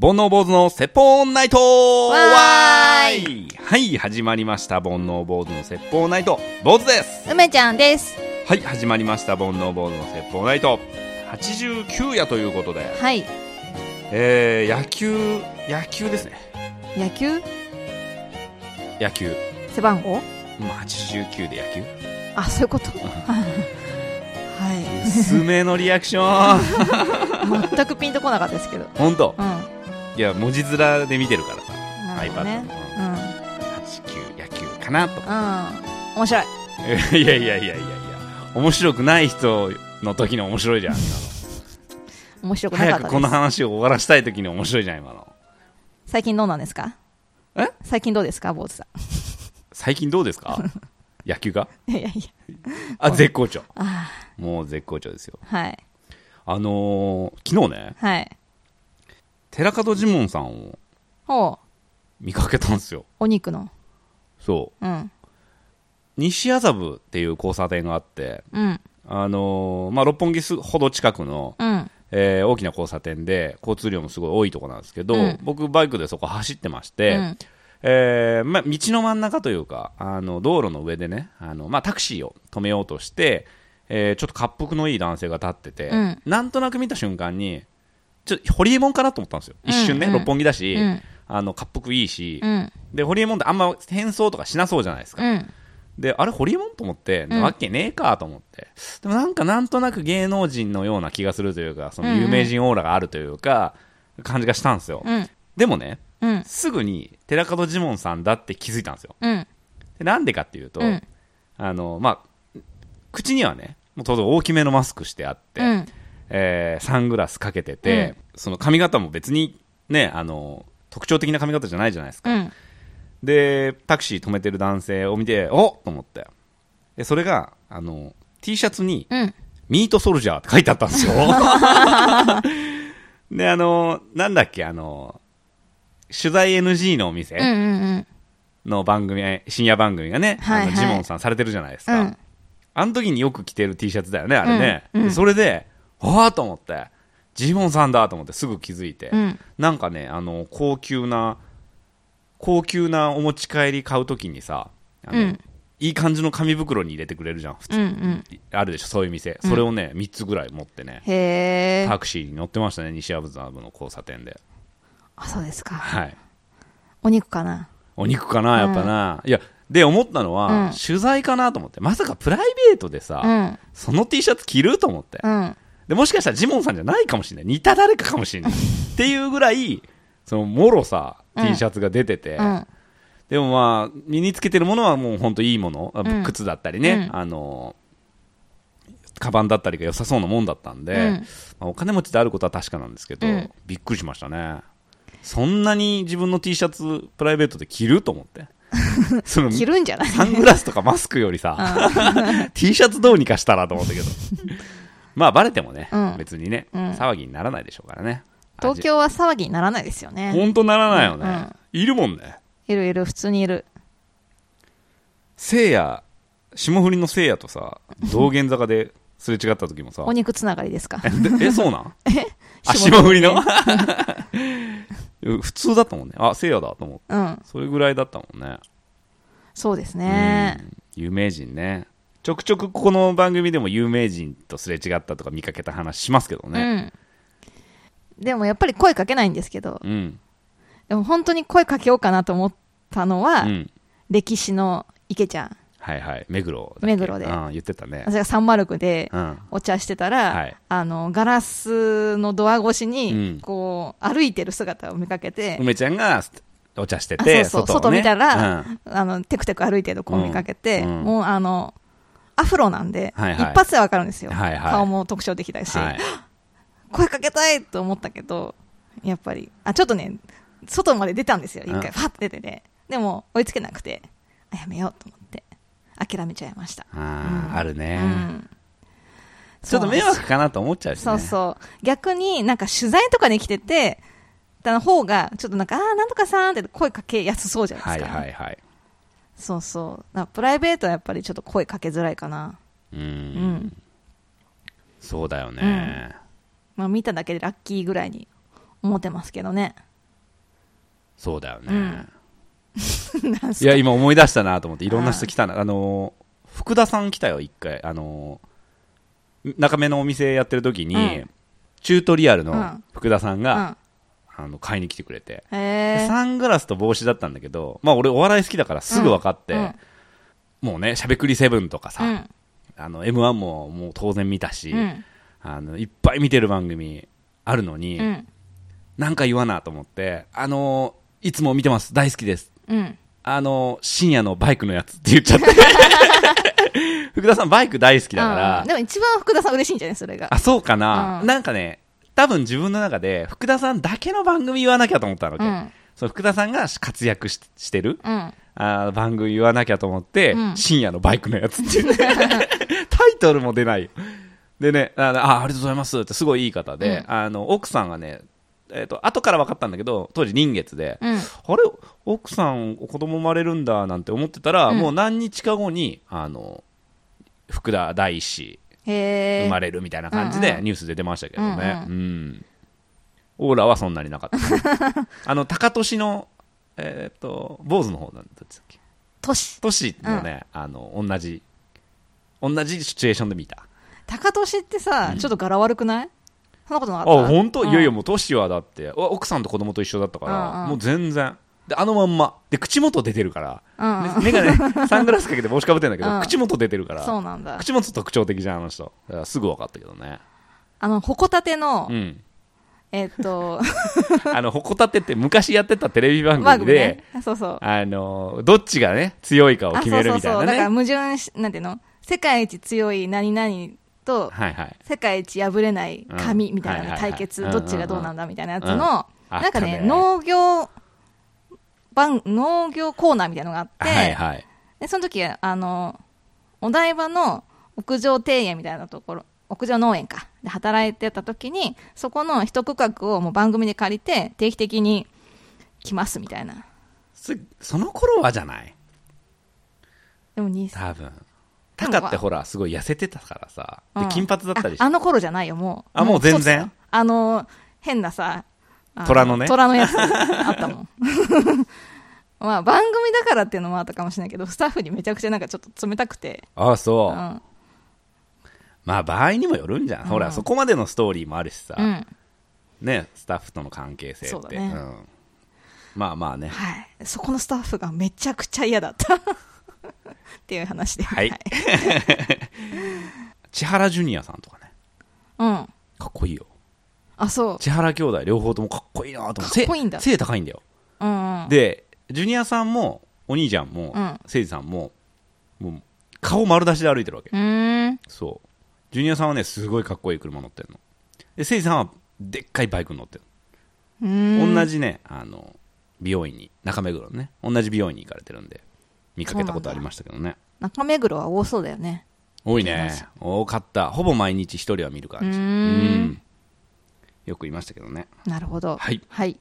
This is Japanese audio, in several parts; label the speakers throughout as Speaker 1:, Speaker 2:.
Speaker 1: 煩悩坊主の説法ナイトわ
Speaker 2: ー
Speaker 1: ーいはい、始まりました。煩悩坊主の説法ナイト。坊主です
Speaker 2: 梅ちゃんです。
Speaker 1: はい、始まりました。煩悩坊主の説法ナイト。89夜ということで、
Speaker 2: はい。
Speaker 1: えー、野球、野球ですね。
Speaker 2: 野球
Speaker 1: 野球。
Speaker 2: 背番号
Speaker 1: まあ、89で野球。
Speaker 2: あ、そういう ことは
Speaker 1: 娘のリアクション。
Speaker 2: い。全くピンとこなかったですけど。
Speaker 1: ほんと
Speaker 2: うん。
Speaker 1: いや、文字面で見てるからさ。
Speaker 2: なる
Speaker 1: iPad
Speaker 2: ほど
Speaker 1: の
Speaker 2: ね。うん。うん。
Speaker 1: 89野球かなと。
Speaker 2: 面白い。
Speaker 1: いやいやいやいやいや。面白くない人の時の面白いじゃん。今の
Speaker 2: 面白くなか
Speaker 1: 早
Speaker 2: っ
Speaker 1: く
Speaker 2: た
Speaker 1: この
Speaker 2: です。
Speaker 1: 話を終わらしたい時に面白いじゃん今の
Speaker 2: 最近どうなんですか
Speaker 1: え
Speaker 2: 最近どうですか坊主さ
Speaker 1: 最近どうです か野球が
Speaker 2: ん。いやいやいや。
Speaker 1: あ絶好調
Speaker 2: あ
Speaker 1: もう絶好調ですよ
Speaker 2: ーはい。
Speaker 1: あのー昨日ね
Speaker 2: はい。
Speaker 1: 寺門ジモンさんを
Speaker 2: ほう。
Speaker 1: 見かけたんですよ
Speaker 2: お肉の。
Speaker 1: そ
Speaker 2: うん。
Speaker 1: う西麻布っていう交差点があって
Speaker 2: うん。
Speaker 1: あのーまあ、六本木すほど近くの、
Speaker 2: うん。
Speaker 1: えー大きな交差点で交通量もすごい多いとこなんですけど、
Speaker 2: うん
Speaker 1: 僕バイクでそこ走ってまして、
Speaker 2: うん
Speaker 1: えーまあ、道の真ん中というかあの道路の上でねあの、まあ、タクシーを止めようとして、えーちょっと恰幅のいい男性が立ってて、
Speaker 2: うん
Speaker 1: なんとなく見た瞬間にちょっとホリエモンかなと思ったんですよ一瞬ね、
Speaker 2: うんうん
Speaker 1: 六本木だし、
Speaker 2: うん
Speaker 1: あの恰幅いいし、
Speaker 2: うん。
Speaker 1: でホリエモンってあんま変装とかしなそうじゃないですか、
Speaker 2: うん。
Speaker 1: であれホリエモンと思って、
Speaker 2: うん
Speaker 1: わけねえかと思ってでもなんかなんとなく芸能人のような気がするというかそ
Speaker 2: うん
Speaker 1: の
Speaker 2: うん
Speaker 1: 有名人オーラがあるというか、感じがしたんですよ、
Speaker 2: うん。
Speaker 1: でもね
Speaker 2: うん。
Speaker 1: すぐに寺門ジモンさんだって気づいたんですよ
Speaker 2: うん。
Speaker 1: でなんでかっていうと、
Speaker 2: うん
Speaker 1: あのまあ口にはねもう当然大きめのマスクしてあって、
Speaker 2: うん。
Speaker 1: えーサングラスかけてて、その髪型も別にねあの特徴的な髪型じゃないじゃないですか、
Speaker 2: うん。
Speaker 1: でタクシー止めてる男性を見ておっと思ってでそれがあの T シャツに
Speaker 2: うん。
Speaker 1: 「ミートソルジャー」って書いてあったんです よであのなんだっけあの取材 NG のお店、
Speaker 2: うん。うん。
Speaker 1: の番組、え深夜番組がね、
Speaker 2: はいはい
Speaker 1: あのジモンさんされてるじゃないです
Speaker 2: う
Speaker 1: か。
Speaker 2: ん。
Speaker 1: あの時によく着てる T シャツだよね、あれね。
Speaker 2: うんうん
Speaker 1: それで、ああと思って、ジモンさんだと思ってすぐ気づいて、
Speaker 2: うん
Speaker 1: なんかね、あの、高級な、高級なお持ち帰り買う時にさ、あの
Speaker 2: うん
Speaker 1: いい感じの紙袋に入れてくれるじゃん、普通。
Speaker 2: うん。うん。
Speaker 1: あるでしょ、そういう店。それをね、3つぐらい持ってね、
Speaker 2: へー。
Speaker 1: タクシーに乗ってましたね、西麻布の交差点で。
Speaker 2: あ、そうですか。
Speaker 1: はい。
Speaker 2: お肉かな
Speaker 1: お肉かな、やっぱな。いや、で、思ったのは、
Speaker 2: うん
Speaker 1: 取材かなと思って、まさかプライベートでさ、
Speaker 2: うん
Speaker 1: その T シャツ着ると思って、
Speaker 2: うん
Speaker 1: で、もしかしたらジモンさんじゃないかもしれない。似た誰かかもしれない。っていうぐらい、その、もろさ、
Speaker 2: うん
Speaker 1: T シャツが出てて、
Speaker 2: うん
Speaker 1: でもまあ、身につけてるものはもうほんといいもの、あ
Speaker 2: うん
Speaker 1: 靴だったりね、
Speaker 2: うん
Speaker 1: あのカバンだったりが良さそうなもんだったんで、
Speaker 2: うん
Speaker 1: まあお金持ちであることは確かなんですけど、
Speaker 2: うん
Speaker 1: びっくりしましたねそんなに自分の T シャツプライベートで着ると思って その
Speaker 2: 着るんじゃない
Speaker 1: サングラスとかマスクよりさ、T シャツどうにかしたらと思った けどまあバレてもね、
Speaker 2: うん
Speaker 1: 別にね、
Speaker 2: うん
Speaker 1: 騒ぎにならないでしょうからね
Speaker 2: 東京は騒ぎにならないですよね
Speaker 1: 本当ならないよね、
Speaker 2: うんうん
Speaker 1: いるもんね
Speaker 2: いるいる普通にいる
Speaker 1: せいや霜降りのせいやと さ道玄坂ですれ違った時もさ
Speaker 2: お肉つながりですか
Speaker 1: でえそうなんあ
Speaker 2: 霜
Speaker 1: 霜
Speaker 2: 降
Speaker 1: 降
Speaker 2: り
Speaker 1: り
Speaker 2: の
Speaker 1: の 普通だったもんねあせいやだと思って
Speaker 2: うん
Speaker 1: それぐらいだったもんね
Speaker 2: そうですね
Speaker 1: うん有名人ねちょくちょくここの番組でも有名人とすれ違ったとか見かけた話しますけど
Speaker 2: う
Speaker 1: ね
Speaker 2: んでもやっぱり声かけないんですけど
Speaker 1: うん、うん
Speaker 2: でも本当に声かけようかなと思ったのは歴史の池ちゃん
Speaker 1: はいはい目黒だっけ
Speaker 2: 目黒で
Speaker 1: うん、言ってたね
Speaker 2: 私がサンマルクで
Speaker 1: うん
Speaker 2: お茶してた
Speaker 1: は
Speaker 2: ら
Speaker 1: い
Speaker 2: あのガラスのドア越し
Speaker 1: うん
Speaker 2: にこう歩いてる姿を見かけて
Speaker 1: 梅ちゃんがお茶して
Speaker 2: あ
Speaker 1: て
Speaker 2: そうそう
Speaker 1: 外をね
Speaker 2: 外見たら
Speaker 1: うん
Speaker 2: あの、テクテク歩いてる子を見かけて、
Speaker 1: うんうん
Speaker 2: もうあの、アフロなんで、
Speaker 1: はいはい
Speaker 2: 一発でわかるんですよ、
Speaker 1: はいはい
Speaker 2: 顔も特徴的だし、
Speaker 1: はい、
Speaker 2: 声かけたいと思ったけど、やっぱり、あ、ちょっとね、外まで出たんですよ。一
Speaker 1: う
Speaker 2: 回、
Speaker 1: ん
Speaker 2: ファッて出てて。でも、追いつけなくて、あ、やめようと思って、諦めちゃいました。
Speaker 1: あーある
Speaker 2: う
Speaker 1: ね、
Speaker 2: ん。
Speaker 1: ちょっと迷
Speaker 2: そうなんです
Speaker 1: 惑かなと思っちゃうし、ね、
Speaker 2: そうそう。逆になんか取材とかに来てて、た方が、ちょっとなんか、あー、なんとかさんって声かけやすそうじゃない
Speaker 1: は
Speaker 2: で
Speaker 1: い
Speaker 2: すか。
Speaker 1: はいはい
Speaker 2: そうそう。だからプライベートはやっぱりちょっと声かけづらいかな。
Speaker 1: うん、
Speaker 2: うん。
Speaker 1: そうだよね、
Speaker 2: まあ見ただけでラッキーぐらいに思ってますけどね。
Speaker 1: そうだよね、
Speaker 2: うんなん
Speaker 1: い
Speaker 2: すか
Speaker 1: や今思い出したなと思っていろんな人来たなあのー福田さん来たよ一回あのー中目のお店やってる時に、
Speaker 2: うん
Speaker 1: チュートリアル
Speaker 2: う
Speaker 1: の
Speaker 2: ん
Speaker 1: 福田さん
Speaker 2: う
Speaker 1: が、
Speaker 2: ん
Speaker 1: あの買いに来てくれて、
Speaker 2: へー
Speaker 1: サングラスと帽子だったんだけど、まあ、俺お笑い好きだからすぐ分かって、
Speaker 2: うん
Speaker 1: もうねしゃべくりセブンとかさ、
Speaker 2: うん
Speaker 1: あの m 1ももう当然見たし、
Speaker 2: うん
Speaker 1: あのいっぱい見てる番組あるのに、
Speaker 2: うん
Speaker 1: なんか言わなと思って、あのーいつも見てます大好きです
Speaker 2: うん
Speaker 1: あの、深夜のバイクのやつって言っちゃ って。福田さんバイク大好きだから、
Speaker 2: うんでも一番福田さん嬉しいんじゃないそれが
Speaker 1: あ、そうかな、
Speaker 2: うん
Speaker 1: なんかね、多分自分の中で福田さんだけの番組言わなきゃと思ったわけ。
Speaker 2: うん
Speaker 1: そう福田さんが活躍ししてる
Speaker 2: うん
Speaker 1: あー番組言わなきゃと思って、
Speaker 2: うん
Speaker 1: 深夜のバイクのやつって いうタイトルも出ないよでねあのあありがとうございますってすごいいい方で、
Speaker 2: うん
Speaker 1: あの奥さんがねえー、と後から分かったんだけど当時臨月で、
Speaker 2: うん
Speaker 1: あれ奥さん子供生まれるんだなんて思ってたら、
Speaker 2: うん
Speaker 1: もう何日か後にあの福田大師
Speaker 2: へ
Speaker 1: 生
Speaker 2: え
Speaker 1: まれるみたいな感じでニュースで出ましたけどね、う
Speaker 2: うん
Speaker 1: オーラはそんなになかったね、 あの高俊の、えー、と坊主の方なんだったっけ
Speaker 2: 都市
Speaker 1: 都市もね、あの同じ同じシチュエーションで見た
Speaker 2: 高年ってさちょっと柄悪くないそんなことなか
Speaker 1: あ
Speaker 2: った
Speaker 1: 本当、
Speaker 2: うん
Speaker 1: いやいやもう都市はだってお奥さんと子供と一緒だったから、
Speaker 2: うんうん
Speaker 1: もう全然であのまんまで口元出てるから、
Speaker 2: うんうん
Speaker 1: で眼 鏡サングラスかけて帽子かぶってんだけど、
Speaker 2: うん
Speaker 1: 口元出てるから
Speaker 2: そうなんだ
Speaker 1: 口元特徴的じゃんあの人だからすぐ分かったけどね
Speaker 2: あのホコタテの
Speaker 1: うん
Speaker 2: えっ と
Speaker 1: あの、ホコタテって昔やってたテレビ番
Speaker 2: マ
Speaker 1: 組
Speaker 2: グ
Speaker 1: で
Speaker 2: ね、そうそう
Speaker 1: あの、どっちがね、強いかを
Speaker 2: あ
Speaker 1: 決めるみたい
Speaker 2: そうそうそうだから
Speaker 1: なね。
Speaker 2: 矛盾しなんていうの世界一強い何々と
Speaker 1: はいはい。
Speaker 2: 世界一破れない紙
Speaker 1: うん
Speaker 2: みたい
Speaker 1: はいは
Speaker 2: ない
Speaker 1: はい
Speaker 2: 対決、
Speaker 1: うん
Speaker 2: どっちがどうなんだみたいなやつの、
Speaker 1: うんあったね
Speaker 2: なんかね農業番農業コーナーみたいなのがあって、
Speaker 1: はいはい。
Speaker 2: でその時あのお台場の屋上庭園みたいなところ屋上農園かで働いてた時にそこの一区画をもう番組で借りて定期的に来ますみたいな
Speaker 1: そその頃はじゃない
Speaker 2: でもに
Speaker 1: 多分。タカってほら、すごい痩せてたからさ。
Speaker 2: う
Speaker 1: で
Speaker 2: ん
Speaker 1: 金髪だったりし
Speaker 2: ああの頃じゃないよもう
Speaker 1: あもう全然
Speaker 2: ちょっとあの変なさあ
Speaker 1: 虎のね
Speaker 2: 虎のやつ あったもんまあ番組だからっていうのもあったかもしれないけどスタッフにめちゃくちゃなんかちょっと冷たくて
Speaker 1: ああ、そうう。
Speaker 2: ん
Speaker 1: まあ、場合にもよるんじゃん。ほ
Speaker 2: う
Speaker 1: ら、
Speaker 2: ん
Speaker 1: そこまでのストーリーもあるしさ
Speaker 2: う。ん
Speaker 1: ね、スタッフとの関係性
Speaker 2: そう
Speaker 1: っ
Speaker 2: だ
Speaker 1: て。
Speaker 2: ね
Speaker 1: うんまあまあね。
Speaker 2: はいそこのスタッフがめちゃくちゃ嫌だった っていう話では
Speaker 1: はい千原ジュニアさんとかね。
Speaker 2: うん
Speaker 1: かっこいいよ。
Speaker 2: あそ
Speaker 1: 千原兄弟両方ともかっこいいなと思って。
Speaker 2: かっこいいんだ
Speaker 1: 背背高いんだよ。
Speaker 2: ううんうん
Speaker 1: でジュニアさんもお兄ちゃんも
Speaker 2: うん
Speaker 1: 誠司、さんももう顔丸出しで歩いてるわけ、
Speaker 2: うーん
Speaker 1: そうジュニアさんはねすごいかっこいい車乗ってるので誠司さんはでっかいバイク乗ってる、
Speaker 2: うーん
Speaker 1: 同じねあの美容院に中目黒のね同じ美容院に行かれてるんで見かけたことありましたけどね
Speaker 2: 中目黒は多そうだよね
Speaker 1: 多い
Speaker 2: そうなん
Speaker 1: ね
Speaker 2: です
Speaker 1: 多かったほぼ毎日一人は見る感じ
Speaker 2: うーん
Speaker 1: んよくいましたけどね
Speaker 2: なるほど
Speaker 1: はい
Speaker 2: はい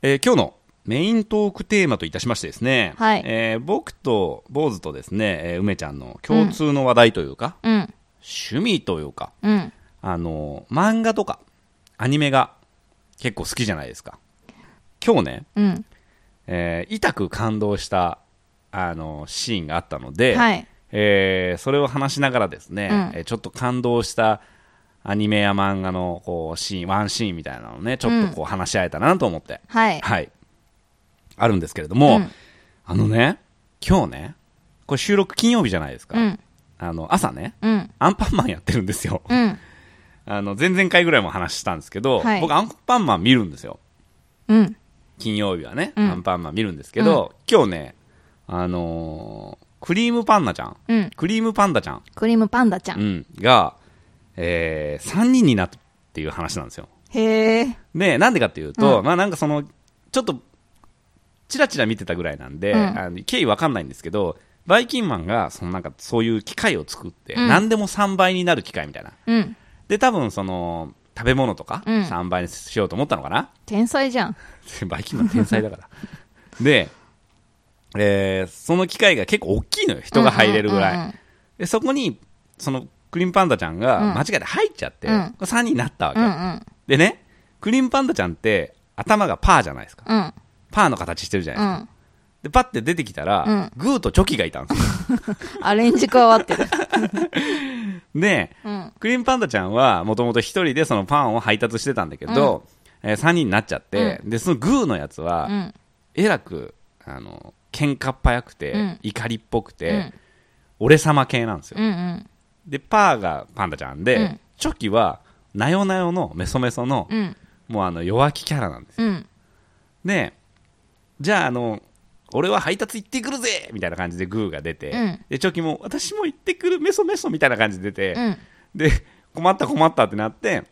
Speaker 1: えー今日のメイントークテーマといたしましてですね、
Speaker 2: はい
Speaker 1: えー僕と坊主とですね、えー梅ちゃんの共通の話題というか、
Speaker 2: うん
Speaker 1: 趣味というか、
Speaker 2: うん
Speaker 1: あのー漫画とかアニメが結構好きじゃないですか。今日ね、
Speaker 2: うん
Speaker 1: えー痛く感動した、あのーシーンがあったので、
Speaker 2: はい
Speaker 1: えーそれを話しながらですね、
Speaker 2: うん
Speaker 1: えーちょっと感動したアニメや漫画のこうシーン、ワンシーンみたいなのをね、ちょっとこう話し合えたらなと思って、
Speaker 2: はい
Speaker 1: はい。あるんですけれども、
Speaker 2: うん
Speaker 1: あのね、今日ね、これ収録金曜日じゃないですか。
Speaker 2: うん
Speaker 1: あの、朝ね、
Speaker 2: うん
Speaker 1: アンパンマンやってるんですよ。
Speaker 2: うん
Speaker 1: あの、前々回ぐらいも話したんですけど、
Speaker 2: はい
Speaker 1: 僕アンパンマン見るんですよ。
Speaker 2: うん
Speaker 1: 金曜日はね、
Speaker 2: うん
Speaker 1: アンパンマン見るんですけど、今日ね、あのークリームパンナちゃん、
Speaker 2: うん
Speaker 1: クリームパンダちゃん、
Speaker 2: クリームパンダちゃ。
Speaker 1: うんん、が、えー、3人になったっていう話なんですよ。
Speaker 2: へえ。
Speaker 1: で、なんでかっていうと、
Speaker 2: うん
Speaker 1: まあなんかその、ちょっと、チラチラ見てたぐらいなんで、
Speaker 2: うん
Speaker 1: あの経緯わかんないんですけど、バイキンマンが、そのなんかそういう機械を作って、
Speaker 2: うん
Speaker 1: 何でも3倍になる機械みたいな。
Speaker 2: うん。
Speaker 1: で、多分その、食べ物とか、
Speaker 2: うん
Speaker 1: 3倍にしようと思ったのかな、
Speaker 2: 天才じゃん。
Speaker 1: バイキンマン天才だから。で、えーその機械が結構大きいのよ。人が入れるぐらい。
Speaker 2: うんうんうんうん
Speaker 1: で、そこに、その、クリームパンダちゃんが
Speaker 2: うん
Speaker 1: 間違えて入っちゃって、
Speaker 2: うん
Speaker 1: 3人になったわけ。
Speaker 2: うんうん。
Speaker 1: でね、クリームパンダちゃんって頭がパーじゃないですか
Speaker 2: うん
Speaker 1: パーの形してるじゃないうですか、
Speaker 2: ん
Speaker 1: でパッて出てきたら、
Speaker 2: うん
Speaker 1: グーとチョキがいたんですよ
Speaker 2: アレンジ加わってる
Speaker 1: で
Speaker 2: うん
Speaker 1: クリームパンダちゃんはもともと一人でそのパンを配達してたんだけど、え3人になっちゃって、でそのグーのやつは、
Speaker 2: うん
Speaker 1: えらくあの喧嘩っ早くて、
Speaker 2: うん
Speaker 1: 怒りっぽくて、
Speaker 2: うん
Speaker 1: 俺様系なんですよ、
Speaker 2: うんうん
Speaker 1: でパーがパンダちゃんで、
Speaker 2: うん
Speaker 1: チョキはなよなよのメソメソの、
Speaker 2: うん
Speaker 1: もうあの弱気キャラなんです
Speaker 2: うん
Speaker 1: でじゃああの俺は配達行ってくるぜみたいな感じでグーが出て、
Speaker 2: うん
Speaker 1: でチョキも私も行ってくるメソメソみたいな感じで出て、
Speaker 2: うん
Speaker 1: で困った困ったってなって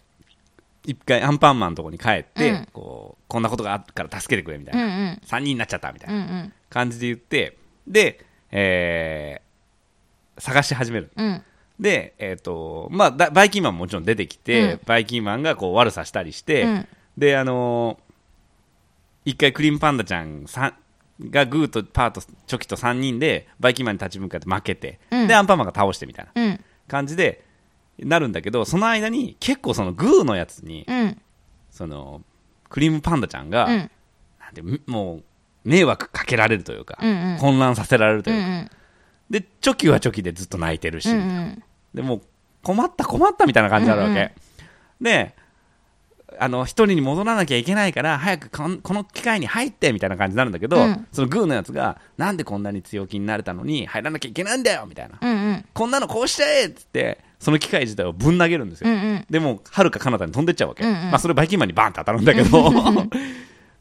Speaker 1: 一回アンパンマンのとこに帰って、
Speaker 2: うん
Speaker 1: こうこんなことがあったから助けてくれみたい
Speaker 2: うんう
Speaker 1: な、
Speaker 2: ん
Speaker 1: 3人になっちゃったみたいな
Speaker 2: うんうん
Speaker 1: 感じで言ってで、えー探し始める
Speaker 2: うん
Speaker 1: で、えーとまあ、だバイキンマンももちろん出てきて、
Speaker 2: うん
Speaker 1: バイキンマンがこう悪さしたりして、
Speaker 2: うん
Speaker 1: であのー一回クリームパンダちゃんさんがグーとパーとチョキと3人でバイキンマンに立ち向かって負けて、
Speaker 2: うん
Speaker 1: でアンパンマンが倒してみたいな
Speaker 2: うん
Speaker 1: 感じでなるんだけどその間に結構そのグーのやつに
Speaker 2: うん
Speaker 1: そのクリームパンダちゃんが、
Speaker 2: うん
Speaker 1: なんてむもう迷惑かけられるというか、
Speaker 2: うんうん
Speaker 1: 混乱させられると
Speaker 2: う
Speaker 1: いうか、
Speaker 2: ん
Speaker 1: でチョキはチョキでずっと泣いてるし、
Speaker 2: うん
Speaker 1: でもう困った困ったみたいな感じになるわけ、
Speaker 2: うん
Speaker 1: であの一人に戻らなきゃいけないから早くこんこの機会に入ってみたいな感じになるんだけど、
Speaker 2: うん
Speaker 1: そのグーのやつがなんでこんなに強気になれたのに入らなきゃいけないんだよみたいな、
Speaker 2: うんうん
Speaker 1: こんなのこうしちゃえっつってその機械自体をぶん投げるんですよ、
Speaker 2: うんうん
Speaker 1: でもはるか彼方に飛んでっちゃうわけ、
Speaker 2: うんうん
Speaker 1: まあ、それバイキンマンにバーンって当たるんだけ ど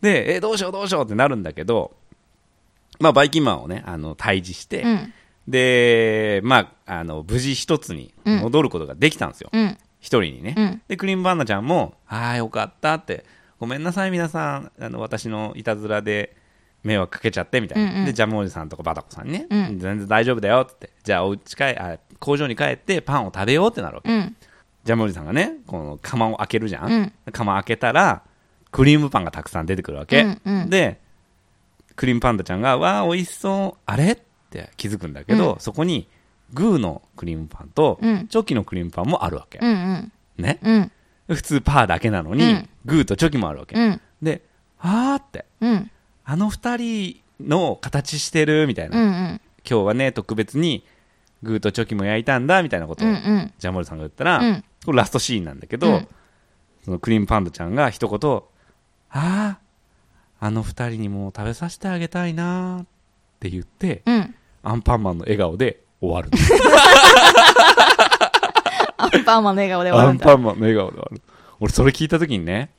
Speaker 1: で、えーどうしようどうしようってなるんだけど、まあ、バイキンマンをねあの退治して、
Speaker 2: うん
Speaker 1: で、まあ、あの無事一つに戻ることができたんですよ、
Speaker 2: うん
Speaker 1: 一人にね、
Speaker 2: うん
Speaker 1: でクリームバンナちゃんも「ああよかった」って「ごめんなさい皆さんあの私のいたずらで迷惑かけちゃって」みたいな、
Speaker 2: うんうん
Speaker 1: でジャムおじさんとかバタコさんにね、
Speaker 2: うん
Speaker 1: 全然大丈夫だよ」っつって「じゃあお家帰あ工場に帰ってパンを食べよう」ってなるわけ、
Speaker 2: うん
Speaker 1: ジャムおじさんがねこの釜を開けるじゃん、
Speaker 2: うん
Speaker 1: 釜開けたらクリームパンがたくさん出てくるわけ、
Speaker 2: うんうん
Speaker 1: でクリームパンダちゃんが「わあ美味しそうあれ?」って気づくんだけど、そこにグーのクリームパンと
Speaker 2: うん
Speaker 1: チョキのクリームパンもあるわけ、
Speaker 2: うんうん
Speaker 1: ね
Speaker 2: うん
Speaker 1: 普通パーだけなのに、
Speaker 2: うん
Speaker 1: グーとチョキもあるわけ、
Speaker 2: うん
Speaker 1: で「あー」って
Speaker 2: うん
Speaker 1: 「あの二人の形してる」みたいな、
Speaker 2: うんう
Speaker 1: 今
Speaker 2: ん
Speaker 1: 日はね特別にグーとチョキも焼いたんだみたいなこと
Speaker 2: う
Speaker 1: を
Speaker 2: んうん
Speaker 1: ジャモルさんが言ったら、
Speaker 2: うん
Speaker 1: これラストシーンなんだけど、
Speaker 2: うん
Speaker 1: そのクリームパンダちゃんが一言「あああの二人にもう食べさせてあげたいな」って言って
Speaker 2: うん
Speaker 1: アンパンマンの笑顔で終わるん です
Speaker 2: アンパンマンの笑顔で終わ
Speaker 1: ア
Speaker 2: るん
Speaker 1: ン
Speaker 2: だ
Speaker 1: パンマンの笑顔で終わる俺それ聞いた時にね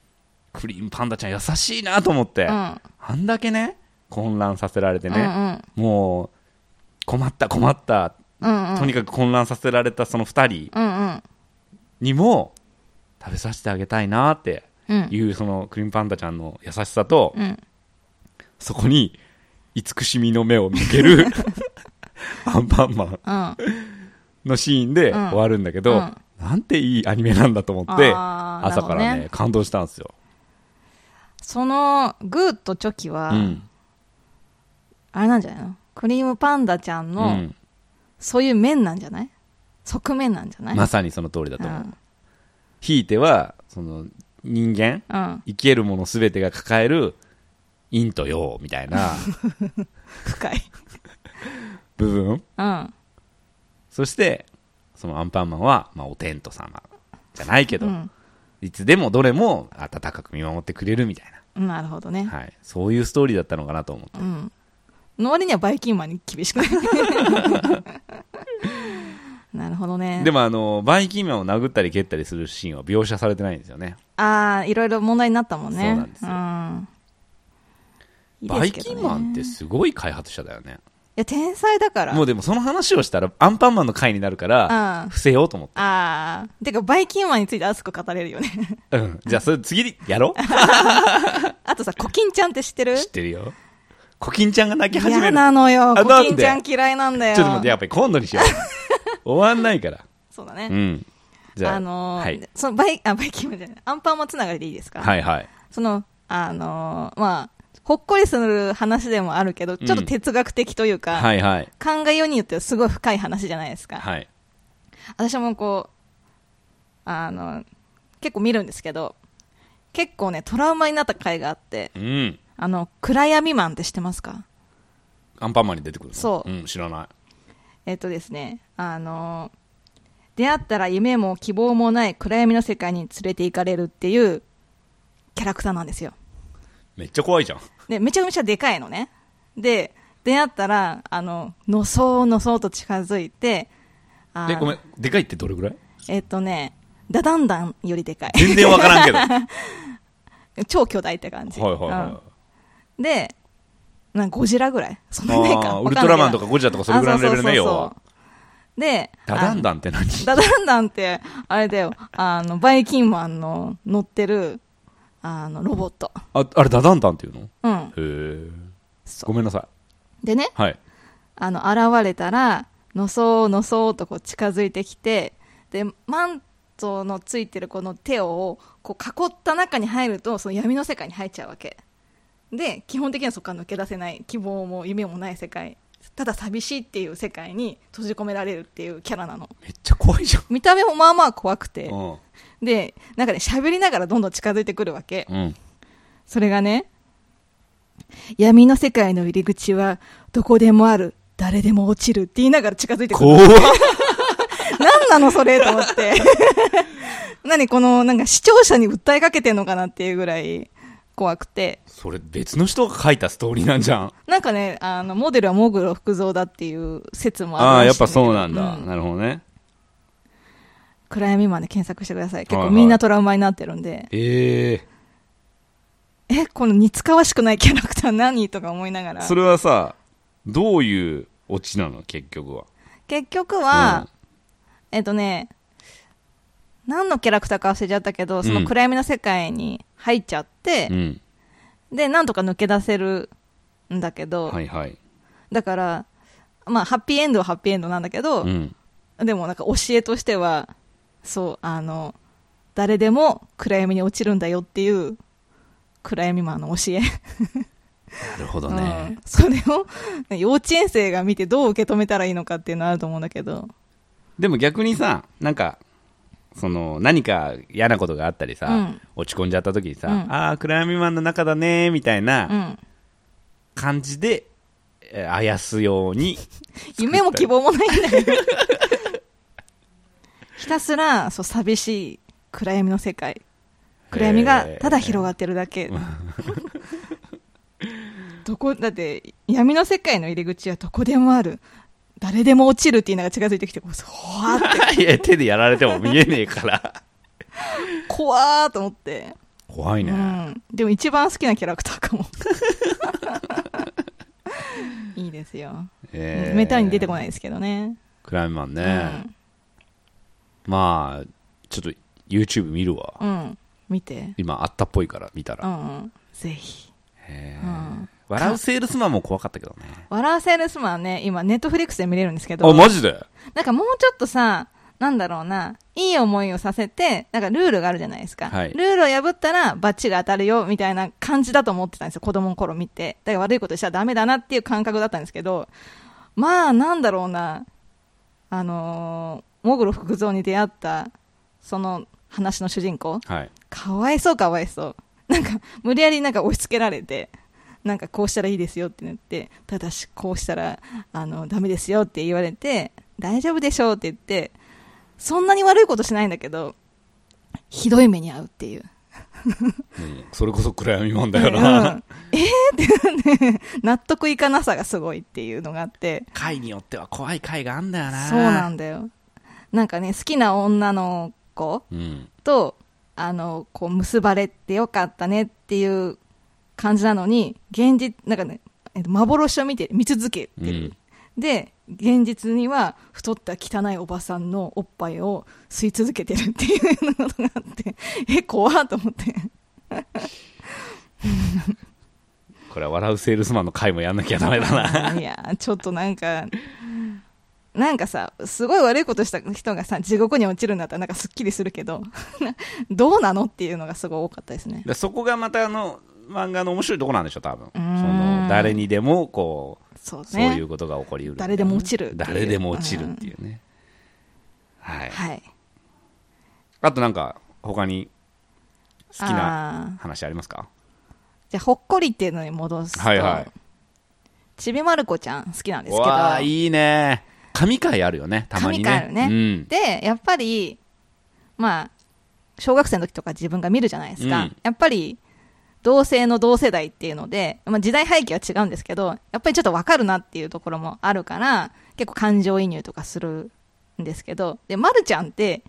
Speaker 1: クリームパンダちゃん優しいなと思って、あんだけね混乱させられて
Speaker 2: うん
Speaker 1: ね、もう困った困った、
Speaker 2: うんうんうん
Speaker 1: とにかく混乱させられたその二人
Speaker 2: うんうん
Speaker 1: にも食べさせてあげたいなって
Speaker 2: うん
Speaker 1: いうそのクリームパンダちゃんの優しさと、
Speaker 2: うん
Speaker 1: そこに慈しみの目を向ける アンパンマン
Speaker 2: うん
Speaker 1: のシーンで
Speaker 2: うん
Speaker 1: 終わるんだけど、
Speaker 2: うん
Speaker 1: なんていいアニメなんだと思って
Speaker 2: あー
Speaker 1: 朝か
Speaker 2: なる
Speaker 1: ら
Speaker 2: ほ
Speaker 1: ね
Speaker 2: どね
Speaker 1: 感動したんですよ、
Speaker 2: そのグーとチョキは、
Speaker 1: うん
Speaker 2: あれなんじゃないのクリームパンダちゃん
Speaker 1: う
Speaker 2: の、
Speaker 1: ん
Speaker 2: そういう面なんじゃない側面なんじゃない、
Speaker 1: まさにその通りだと思う、
Speaker 2: うん
Speaker 1: ひいてはその人間
Speaker 2: うん、
Speaker 1: 生きるもの全てが抱える陰と陽みたい な
Speaker 2: 深 い、
Speaker 1: 部分
Speaker 2: うん
Speaker 1: そしてそのアンパンマンは、まあ、お天道様じゃないけど、
Speaker 2: うん
Speaker 1: いつでもどれも温かく見守ってくれるみたい
Speaker 2: うん、なるほど
Speaker 1: な、
Speaker 2: ね、
Speaker 1: はい、そういうストーリーだったのかなと思って、
Speaker 2: うん、の割にはバイキンマンに厳し くないなるほどね
Speaker 1: でもあのバイキンマンを殴ったり蹴ったりするシーンは描写されてないんですよね
Speaker 2: ああいろいろ問題になったもんね
Speaker 1: そうなんですよ
Speaker 2: うんいい
Speaker 1: バ
Speaker 2: で
Speaker 1: イ
Speaker 2: すけど
Speaker 1: キ
Speaker 2: ね
Speaker 1: ンマンってすごい開発者だよね
Speaker 2: いや天才だから
Speaker 1: もうでもその話をしたらアンパンマンの回になるから
Speaker 2: あ
Speaker 1: 伏せようと思っ
Speaker 2: あーてかバイキンマンについて熱く語れるよね
Speaker 1: て、うん、じゃあそれ次にやろう
Speaker 2: あとさコキンちゃんって知ってる
Speaker 1: 知ってるよコキンちゃんが泣き始め
Speaker 2: 嫌
Speaker 1: る
Speaker 2: なのよ
Speaker 1: あ
Speaker 2: コ
Speaker 1: なんで
Speaker 2: キンちゃん嫌いなんだよ
Speaker 1: ちょっと待ってやっぱり今度にしよ う終わんないから
Speaker 2: そうだね、
Speaker 1: うんじゃあ、
Speaker 2: あのー
Speaker 1: はい、
Speaker 2: そのバイあ バイキンマンじゃないアンパンマンつながりでいいですか、
Speaker 1: はいはい
Speaker 2: そのあのーまあほっこりする話でもあるけどちょっと哲学的というか、
Speaker 1: はいはい
Speaker 2: 考えようによってはすごい深い話じゃないですか、
Speaker 1: はい
Speaker 2: 私もこうあの結構見るんですけど結構ねトラウマになった回があって
Speaker 1: うん。
Speaker 2: あの暗闇マンって知ってますか
Speaker 1: アンパンマンに出てくるの
Speaker 2: そう
Speaker 1: うん、知らない。
Speaker 2: えっとですねあの出会ったら夢も希望もない暗闇の世界に連れて行かれるっていうキャラクターなんですよ
Speaker 1: めっちゃ怖いじゃん。
Speaker 2: でめちゃめちゃでかいのねで出会ったらあののそうのそうと近づいてあー
Speaker 1: で、ごめん、でかいってどれぐらい
Speaker 2: えっとねダダンダンよりでかい
Speaker 1: 全然わからん けど。は
Speaker 2: 超巨大って感じ、
Speaker 1: いはいは
Speaker 2: うんでなんかゴジラぐらいそん
Speaker 1: い。
Speaker 2: なぐらいか
Speaker 1: あー
Speaker 2: わ
Speaker 1: ウル
Speaker 2: かんないけど
Speaker 1: トラマンとかゴジラとかそれぐらいのレベル
Speaker 2: あ
Speaker 1: ね、
Speaker 2: そうそう
Speaker 1: 要
Speaker 2: そう
Speaker 1: は。
Speaker 2: そうで
Speaker 1: ダダ
Speaker 2: あの
Speaker 1: ンダンって何
Speaker 2: ダダンダンって、あれだよ、あの、バイキンマンの乗ってる、あの、ロボット。
Speaker 1: あ、あれダダンダンっていうの
Speaker 2: うん。
Speaker 1: へえ。
Speaker 2: そ
Speaker 1: ごめんなさ
Speaker 2: でね
Speaker 1: い。、はい。
Speaker 2: あの、現れたら、のそうのそうとこう近づいてきて、で、マントのついてるこの手を、こう囲った中に入ると、その闇の世界に入っちゃうわけ。で、基本的にはそこから抜け出せない、希望も夢もない世界、ただ寂しいっていう世界に閉じ込められるっていうキャラなの。
Speaker 1: めっちゃ怖いじゃん。
Speaker 2: 見た目もまあまあ怖くて。
Speaker 1: うん。
Speaker 2: で、なんかね、喋りながらどんどん近づいてくるわけ。
Speaker 1: うん。
Speaker 2: それがね、闇の世界の入り口は、どこでもある、誰でも落ちるって言いながら近づいてくる。
Speaker 1: 怖っ
Speaker 2: 何なのそれと思 って。何この、なんか視聴者に訴えかけてんのかなっていうぐらい怖くて。
Speaker 1: それ別の人が書いたストーリーなんじゃ ん。
Speaker 2: なんかね、あの、モデルはモグロ福蔵だっていう説も
Speaker 1: あ
Speaker 2: あ
Speaker 1: あー、や
Speaker 2: るら
Speaker 1: っ
Speaker 2: しい
Speaker 1: ぱ
Speaker 2: だけど
Speaker 1: そうなんだ。
Speaker 2: う
Speaker 1: なるほどね。
Speaker 2: 暗闇まで検索してください。結
Speaker 1: はい
Speaker 2: 構
Speaker 1: はい
Speaker 2: みんなトラウマになってるんで。
Speaker 1: ええ
Speaker 2: え、この似つかわしくないキャラクター何とか思いながら。
Speaker 1: それはさ、どういうオチなの結局は。
Speaker 2: 結局は、えっとね何のキャラクターか忘れちゃったけどその暗闇の世界に入っちゃって
Speaker 1: う、ん。
Speaker 2: でなんとか抜け出せるんだけど、
Speaker 1: はいはい。
Speaker 2: だからまあハッピーエンドはハッピーエンドなんだけど、
Speaker 1: うん。
Speaker 2: でもなんか教えとしてはそうあの誰でも暗闇に落ちるんだよっていう暗闇マンの教え、
Speaker 1: なるほど
Speaker 2: う
Speaker 1: ね
Speaker 2: ん。それをね幼稚園生が見てどう受け止めたらいいのかっていうのはあると思うんだけど
Speaker 1: でも逆にさ、なんか、その、何か嫌なことがあったりさ、
Speaker 2: うん
Speaker 1: 落ち込んじゃった時にさ、
Speaker 2: うん
Speaker 1: ああ、暗闇マンの中だねー、みたいうなん感じで、えーあやすように。
Speaker 2: 夢も希望もないんだけどひたすらそう寂しい暗闇の世界暗闇がただ広がってるだけ、 どこだって闇の世界の入り口はどこでもある誰でも落ちるっていうのが近づいてきてこうそうわーって
Speaker 1: いや、手でやられても見えねえから。
Speaker 2: 怖ーと思って、
Speaker 1: 怖いね。
Speaker 2: うん、でも一番好きなキャラクター かもいいですよ、
Speaker 1: えー
Speaker 2: めったに出てこないですけどね、
Speaker 1: 暗闇マンね。
Speaker 2: うん
Speaker 1: まあ、ちょっと YouTube 見るわ。
Speaker 2: うん、見て。
Speaker 1: 今、あったっぽいから、見た
Speaker 2: う
Speaker 1: ら。
Speaker 2: んうん、ぜひ。
Speaker 1: へ
Speaker 2: う
Speaker 1: ー
Speaker 2: ん
Speaker 1: 笑うセールスマンも怖かったけどね。
Speaker 2: 笑わせるスマンはね、今、ネットフリックスで見れるんですけど、
Speaker 1: あ、マジで
Speaker 2: なんかもうちょっとさ、なんだろうな、いい思いをさせて、なんかルールがあるじゃないですか。
Speaker 1: はい
Speaker 2: ルールを破ったら、バッチリ当たるよ、みたいな感じだと思ってたんですよ、子供の頃見て。だから悪いことしちゃダメだなっていう感覚だったんですけど、まあ、なんだろうな、あのー、モグロ福蔵に出会った、その話の主人公、
Speaker 1: はい。
Speaker 2: かわいそうかわいそうなんか無理やりなんか押し付けられてなんかこうしたらいいですよってなってただしこうしたらあのダメですよって言われて大丈夫でしょうって言ってそんなに悪いことしないんだけどひどい目に遭うっていう、
Speaker 1: うんそれこそ暗闇マンだか
Speaker 2: うん、え
Speaker 1: ら。
Speaker 2: ー、って 納得いかなさがすごいっていうのがあって
Speaker 1: 回によっては怖い回があんだよな。
Speaker 2: そうなんだよなんかね好きな女の子
Speaker 1: うん。
Speaker 2: とあのこう結ばれてよかったねっていう感じなのに現実なんかねえっと幻を見て見続け
Speaker 1: う
Speaker 2: てる、
Speaker 1: ん。
Speaker 2: で現実には太った汚いおばさんのおっぱいを吸い続けてるっていうのがあってえ怖っと 思って
Speaker 1: これは笑うセールスマンの回もやんなきゃダメだな。
Speaker 2: いやーちょっとなんかなんかさすごい悪いことした人がさ地獄に落ちるんだったらなんかすっきりするけど どうなのっていうのがすごい多かったですね
Speaker 1: でそこがまたあの、漫画の面白いとこなんでしょ、多分。そ
Speaker 2: ん
Speaker 1: の、誰にでも、こう、
Speaker 2: そうね
Speaker 1: そういうことが起こりうる。
Speaker 2: 誰でも落ちるっていう
Speaker 1: 誰でも落ちるっていうね。はい。
Speaker 2: はい
Speaker 1: あとなんか、他に、好きな
Speaker 2: な
Speaker 1: 話ありますか
Speaker 2: じゃあほっこりっていうのに戻すと、
Speaker 1: はいはい
Speaker 2: ちびまる子ちゃん好きなんですけど
Speaker 1: わあいいね神回あるよねたまにね
Speaker 2: 神回あるね
Speaker 1: うん、
Speaker 2: でやっぱりまあ小学生の時とか自分が見るじゃないですか、
Speaker 1: うん
Speaker 2: やっぱり同性の同世代っていうので、まあ、時代背景は違うんですけどやっぱりちょっと分かるなっていうところもあるから結構感情移入とかするんですけどで、ま、るちゃんって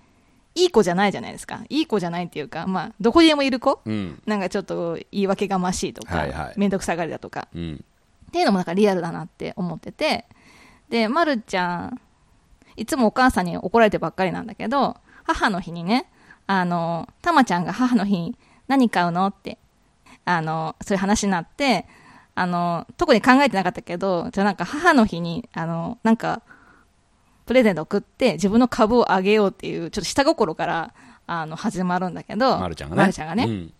Speaker 2: いい子じゃないじゃないですかいい子じゃないっていうか、まあ、どこにでもいる子
Speaker 1: うん
Speaker 2: なんかちょっと言い訳がましいとか、
Speaker 1: はいはい
Speaker 2: 面倒くさがりだとか
Speaker 1: うん
Speaker 2: っていうのもなんかリアルだなって思っててで、ま、るちゃんいつもお母さんに怒られてばっかりなんだけど母の日にねあのたまちゃんが母の日に何買うのってあのそういう話になってあの特に考えてなかったけどじゃあなんか母の日にあのなんかプレゼント送って自分の株をあげようっていうちょっと下心からあの始まるんだけど、
Speaker 1: まるちゃんがね
Speaker 2: まるちゃんがね
Speaker 1: うん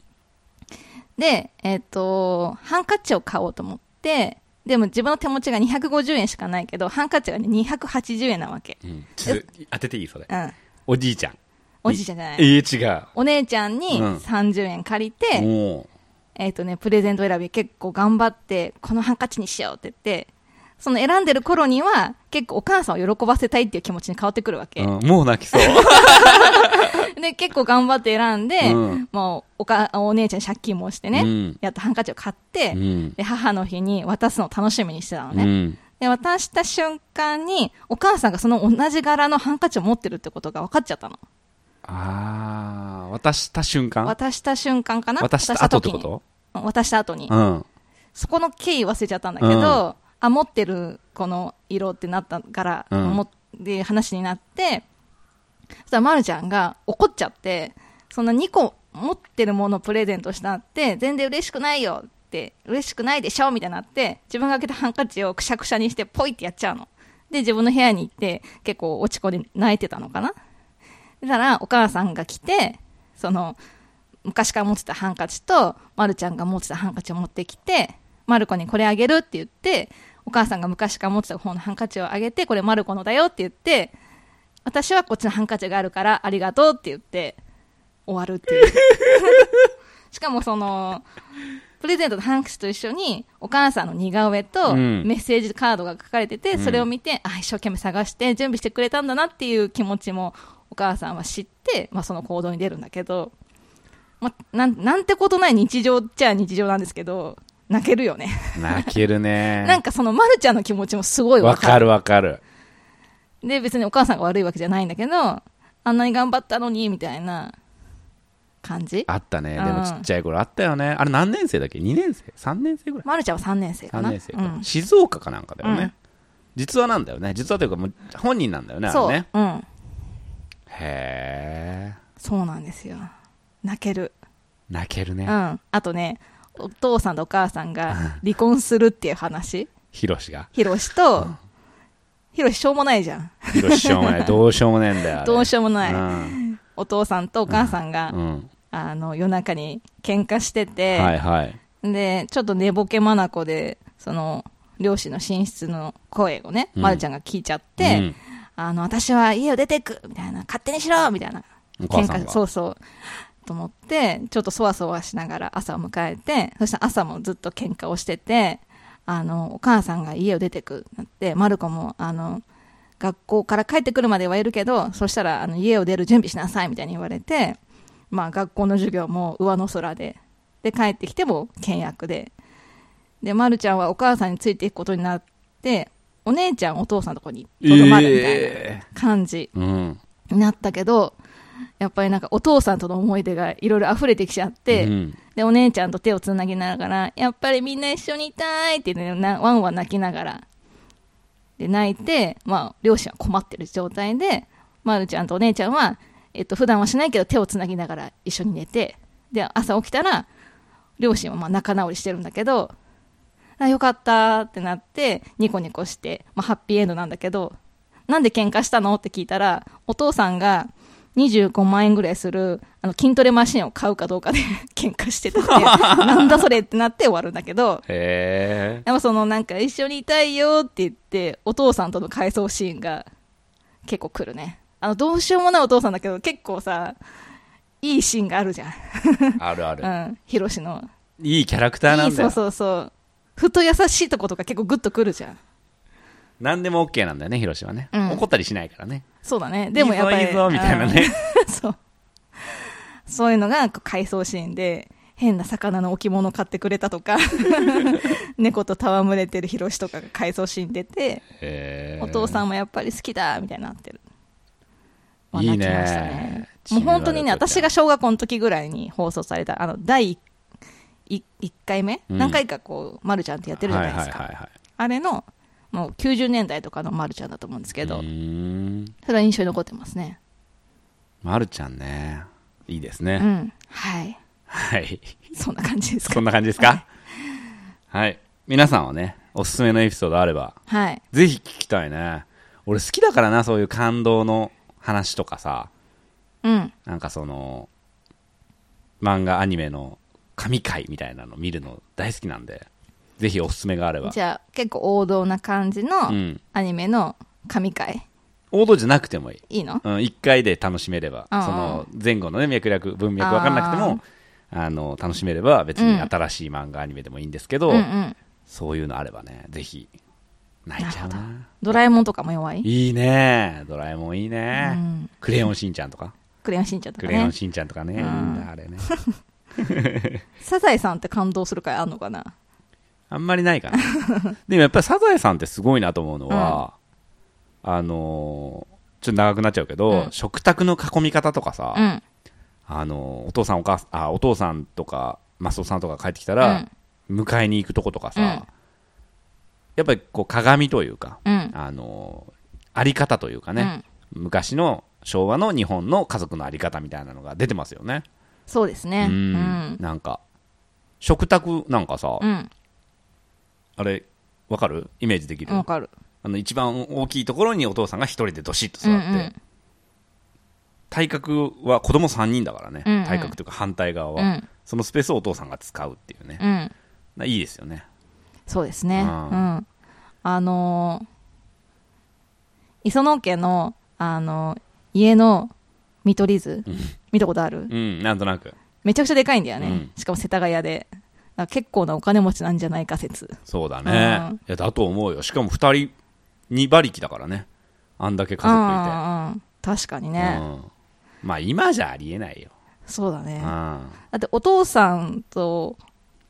Speaker 2: で、えっ、と、ハンカチを買おうと思って、でも自分の手持ちが250円しかないけど、ハンカチが、ね、280円なわけ。
Speaker 1: うんちょっと当てていいそれ
Speaker 2: うん。
Speaker 1: おじいちゃん
Speaker 2: おじいちゃんじゃない。
Speaker 1: ええ違う
Speaker 2: お姉ちゃんに
Speaker 1: うん
Speaker 2: 30円借りて、
Speaker 1: おー
Speaker 2: えっ、とね、プレゼント選び結構頑張って、このハンカチにしようって言って、その選んでる頃には、結構お母さんを喜ばせたいっていう気持ちに変わってくるわけ。
Speaker 1: うんもう泣きそう
Speaker 2: で、結構頑張って選んで、
Speaker 1: うん
Speaker 2: もうおか、お姉ちゃんに借金もしてね、
Speaker 1: うん
Speaker 2: やっとハンカチを買って、
Speaker 1: うん
Speaker 2: で、母の日に渡すのを楽しみにしてたの
Speaker 1: う
Speaker 2: ね。
Speaker 1: ん
Speaker 2: で、渡した瞬間に、お母さんがその同じ柄のハンカチを持ってるってことが分かっちゃったの。
Speaker 1: ああ渡した瞬間
Speaker 2: 渡した瞬間かな
Speaker 1: 渡した後って
Speaker 2: 時
Speaker 1: こ
Speaker 2: に
Speaker 1: と
Speaker 2: うん渡した後に
Speaker 1: う。ん
Speaker 2: そこの経緯忘れちゃったんだけど、
Speaker 1: うん
Speaker 2: あ、持ってるこの色ってなった柄、
Speaker 1: うん
Speaker 2: もで話になって、そしたらまるちゃんが怒っちゃって、そんな2個持ってるものをプレゼントしたって、全然嬉しくないよって、嬉しくないでしょみたいになって、自分が開けたハンカチをくしゃくしゃにして、ポイってやっちゃうの。で、自分の部屋に行って、結構落ち込んで泣いてたのかな。だから、お母さんが来て、その、昔から持ってたハンカチと、まるちゃんが持ってたハンカチを持ってきて、まる子にこれあげるって言って、お母さんが昔から持ってた方のハンカチをあげて、これまる子のだよって言って、私はこっちのハンカチがあるからありがとうって言って終わるっ ていうしかもそのプレゼントのハンカチと一緒にお母さんの似顔絵と
Speaker 1: うん
Speaker 2: メッセージカードが書かれてて、
Speaker 1: うん
Speaker 2: それを見てあ一生懸命探して準備してくれたんだなっていう気持ちもお母さんは知って、まあ、その行動に出るんだけど、まあ、なんなんてことない日常っちゃ日常なんですけど泣けるよね
Speaker 1: 泣けるね
Speaker 2: なんかそのまるちゃんの気持ちもすごいわ
Speaker 1: わ
Speaker 2: かる
Speaker 1: かるわかる
Speaker 2: で別にお母さんが悪いわけじゃないんだけどあんなに頑張ったのにみたいな感じ
Speaker 1: あったねで
Speaker 2: うん
Speaker 1: もちっちゃい頃あったよねあれ何年生だっけ2年生3年生ぐらい
Speaker 2: まるちゃんは3年生か
Speaker 1: 3
Speaker 2: な
Speaker 1: 年生か、
Speaker 2: うん
Speaker 1: 静岡かなんかだよね、
Speaker 2: うん
Speaker 1: 実はなんだよね実はというかもう本人なんだよねあ
Speaker 2: そ
Speaker 1: れ
Speaker 2: う、
Speaker 1: ね
Speaker 2: うん、
Speaker 1: へえ
Speaker 2: そうなんですよ泣ける、
Speaker 1: 泣ける
Speaker 2: う
Speaker 1: ね、
Speaker 2: ん、あとねお父さんとお母さんが離婚するっていう話
Speaker 1: ヒロシが
Speaker 2: ひろしとひろししょうもないじゃん
Speaker 1: ヒロシしょうもないどうしようもないんだよあれ
Speaker 2: どうしようもない、
Speaker 1: うん
Speaker 2: お父さんとお母さんが、
Speaker 1: うん
Speaker 2: あの夜中に喧嘩してて、
Speaker 1: はいはい
Speaker 2: で、ちょっと寝ぼけ眼で、その、両親の寝室の声をね、
Speaker 1: うん
Speaker 2: まるちゃんが聞いちゃって、
Speaker 1: うん
Speaker 2: あの、私は家を出てくみたいな、勝手にしろみたいな、
Speaker 1: お母さん
Speaker 2: 喧
Speaker 1: が
Speaker 2: そうそう、と思って、ちょっとそわそわしながら朝を迎えて、そしたら朝もずっと喧嘩をしてて、あの、お母さんが家を出てくなって、まる子も、あの、学校から帰ってくるまでは言えるけど、そしたら、あの、家を出る準備しなさいみたいに言われて、まあ、学校の授業も上の空で、で、帰ってきても倹約で、で、まるちゃんはお母さんについていくことになって、お姉ちゃん、お父さんのとこにとどまるみたいな
Speaker 1: え
Speaker 2: 感じ
Speaker 1: えうん
Speaker 2: になったけど、やっぱりなんかお父さんとの思い出がいろいろ溢れてきちゃって、
Speaker 1: うん
Speaker 2: で、お姉ちゃんと手をつなぎながら、やっぱりみんな一緒にいたいって、ね、なワンワン泣きながら、で、泣いて、まあ、両親は困ってる状態で、まるちゃんとお姉ちゃんは、えっと、普段はしないけど手をつなぎながら一緒に寝て、で、朝起きたら、両親はまあ仲直りしてるんだけど、あ、よかったってなって、ニコニコして、まあ、ハッピーエンドなんだけど、なんで喧嘩したのって聞いたら、お父さんが25万円ぐらいするあの筋トレマシンを買うかどうかで喧嘩してたって、なんだそれってなって終わるんだ けど、
Speaker 1: へえ
Speaker 2: やっぱそのなんか一緒にいたいよって言って、お父さんとの回想シーンが結構来るね。あの、どうしようもないお父さんだけど、結構さ、いいシーンがあるじゃん
Speaker 1: あるある、
Speaker 2: うんヒロシの
Speaker 1: いいキャラクターないん
Speaker 2: い
Speaker 1: だ
Speaker 2: そ
Speaker 1: よ
Speaker 2: うそうそうふと優しいとことか結構グッとくるじゃん
Speaker 1: 何でも OK なんだよねヒロシはね、
Speaker 2: うん
Speaker 1: 怒ったりしないからね
Speaker 2: そうだねでもやっぱり
Speaker 1: いいぞいいぞみたいなね
Speaker 2: うん そうそういうのがこう回想シーンで変な魚の置物買ってくれた とか猫と戯れてるヒロシとかが回想シーン出て
Speaker 1: へー
Speaker 2: お父さんもやっぱり好きだみたいになってる。
Speaker 1: いいね
Speaker 2: 泣きましたね
Speaker 1: ち
Speaker 2: もう
Speaker 1: びまる
Speaker 2: 本当にね、
Speaker 1: 子ちゃん
Speaker 2: 私が小学校の時ぐらいに放送された、あの、第1回目、
Speaker 1: うん
Speaker 2: 何回かこう、まるちゃんってやってるじゃないですか。
Speaker 1: はいはいはいはい
Speaker 2: あれの、もう90年代とかのまるちゃんだと思うんですけど、
Speaker 1: うーん
Speaker 2: それは印象に残ってますね。
Speaker 1: まるちゃんねいいです
Speaker 2: う
Speaker 1: ね、
Speaker 2: ん。はい。
Speaker 1: はい
Speaker 2: そんな感じです
Speaker 1: そ
Speaker 2: か。
Speaker 1: んな感じですかはい皆さんはねおすすめのエピソードあれば
Speaker 2: はい。
Speaker 1: ぜひ聞きたいね俺好きだからなそういう感動の話とかさ
Speaker 2: うん。
Speaker 1: なんかその漫画アニメの神回みたいなの見るの大好きなんでぜひおすすめがあれば
Speaker 2: じゃあ、結構王道な感じ
Speaker 1: う
Speaker 2: の
Speaker 1: ん
Speaker 2: アニメの神回、
Speaker 1: 王道じゃなくてもいい、
Speaker 2: いいの
Speaker 1: うん、1回で楽しめれば
Speaker 2: うんうん
Speaker 1: その前後のね脈略文脈分かんなくてもあの楽しめれば別に新しい漫画アニメでもいいんですけど、
Speaker 2: うんうん。
Speaker 1: そういうのあればねぜひ泣いちゃうな
Speaker 2: ドラえもんとかも弱い
Speaker 1: いいねドラえもんいいうね、
Speaker 2: ん。
Speaker 1: クレヨンしんちゃんとか
Speaker 2: クレヨンしんちゃんと
Speaker 1: ク
Speaker 2: か
Speaker 1: レヨ
Speaker 2: ね
Speaker 1: ン。しんちゃんとかね、
Speaker 2: うん
Speaker 1: いいんだあれね
Speaker 2: サザエさんって感動する回あんのかな
Speaker 1: あんまりない かなでもやっぱりサザエさんってすごいなと思うのは、あのーちょっと長くなっちゃうけど、
Speaker 2: うん
Speaker 1: 食卓の囲み方とかさ、
Speaker 2: うん。
Speaker 1: あのーお父さんお母さんあお父さんとかマスオさんとか帰ってきたら、迎えに行くとことかさ、
Speaker 2: うん
Speaker 1: やっぱりこう鏡というか、
Speaker 2: うん。うん。
Speaker 1: あのーあり方というかね、昔の昭和の日本の家族のあり方みたいなのが出てますよね、
Speaker 2: そうですね。
Speaker 1: う
Speaker 2: うんん。
Speaker 1: なんか食卓なんかさ、
Speaker 2: うん。
Speaker 1: あれわかるイメージできる、
Speaker 2: わかる。
Speaker 1: あの一番大きいところにお父さんが一人でどしっと
Speaker 2: う
Speaker 1: 座
Speaker 2: ん
Speaker 1: っ
Speaker 2: う
Speaker 1: て、
Speaker 2: ん。
Speaker 1: 体格は子供3人だからね、
Speaker 2: うんうん
Speaker 1: 体格というか反対側
Speaker 2: う
Speaker 1: は、
Speaker 2: ん。
Speaker 1: そのスペースをお父さんが使うっていうね、
Speaker 2: うん。
Speaker 1: いいですよね
Speaker 2: そうですね。う
Speaker 1: うん
Speaker 2: ん。あのー、磯野家の、あのー、家の見取り図
Speaker 1: うん、
Speaker 2: 見たことある
Speaker 1: うんなんとなく
Speaker 2: めちゃくちゃでかいんだよ
Speaker 1: う
Speaker 2: ね
Speaker 1: ん。
Speaker 2: しかも世田谷で。だから結構なお金持ちなんじゃないか説。
Speaker 1: そうだ
Speaker 2: う
Speaker 1: ね
Speaker 2: ん
Speaker 1: いやだと思うよしかも2人2馬力だからねあんだけ家族
Speaker 2: うんうん。確かに
Speaker 1: いて、
Speaker 2: ね。
Speaker 1: うんまあ今じゃありえないよ、
Speaker 2: そうだ
Speaker 1: う
Speaker 2: ね。
Speaker 1: ん、
Speaker 2: だってお父さんと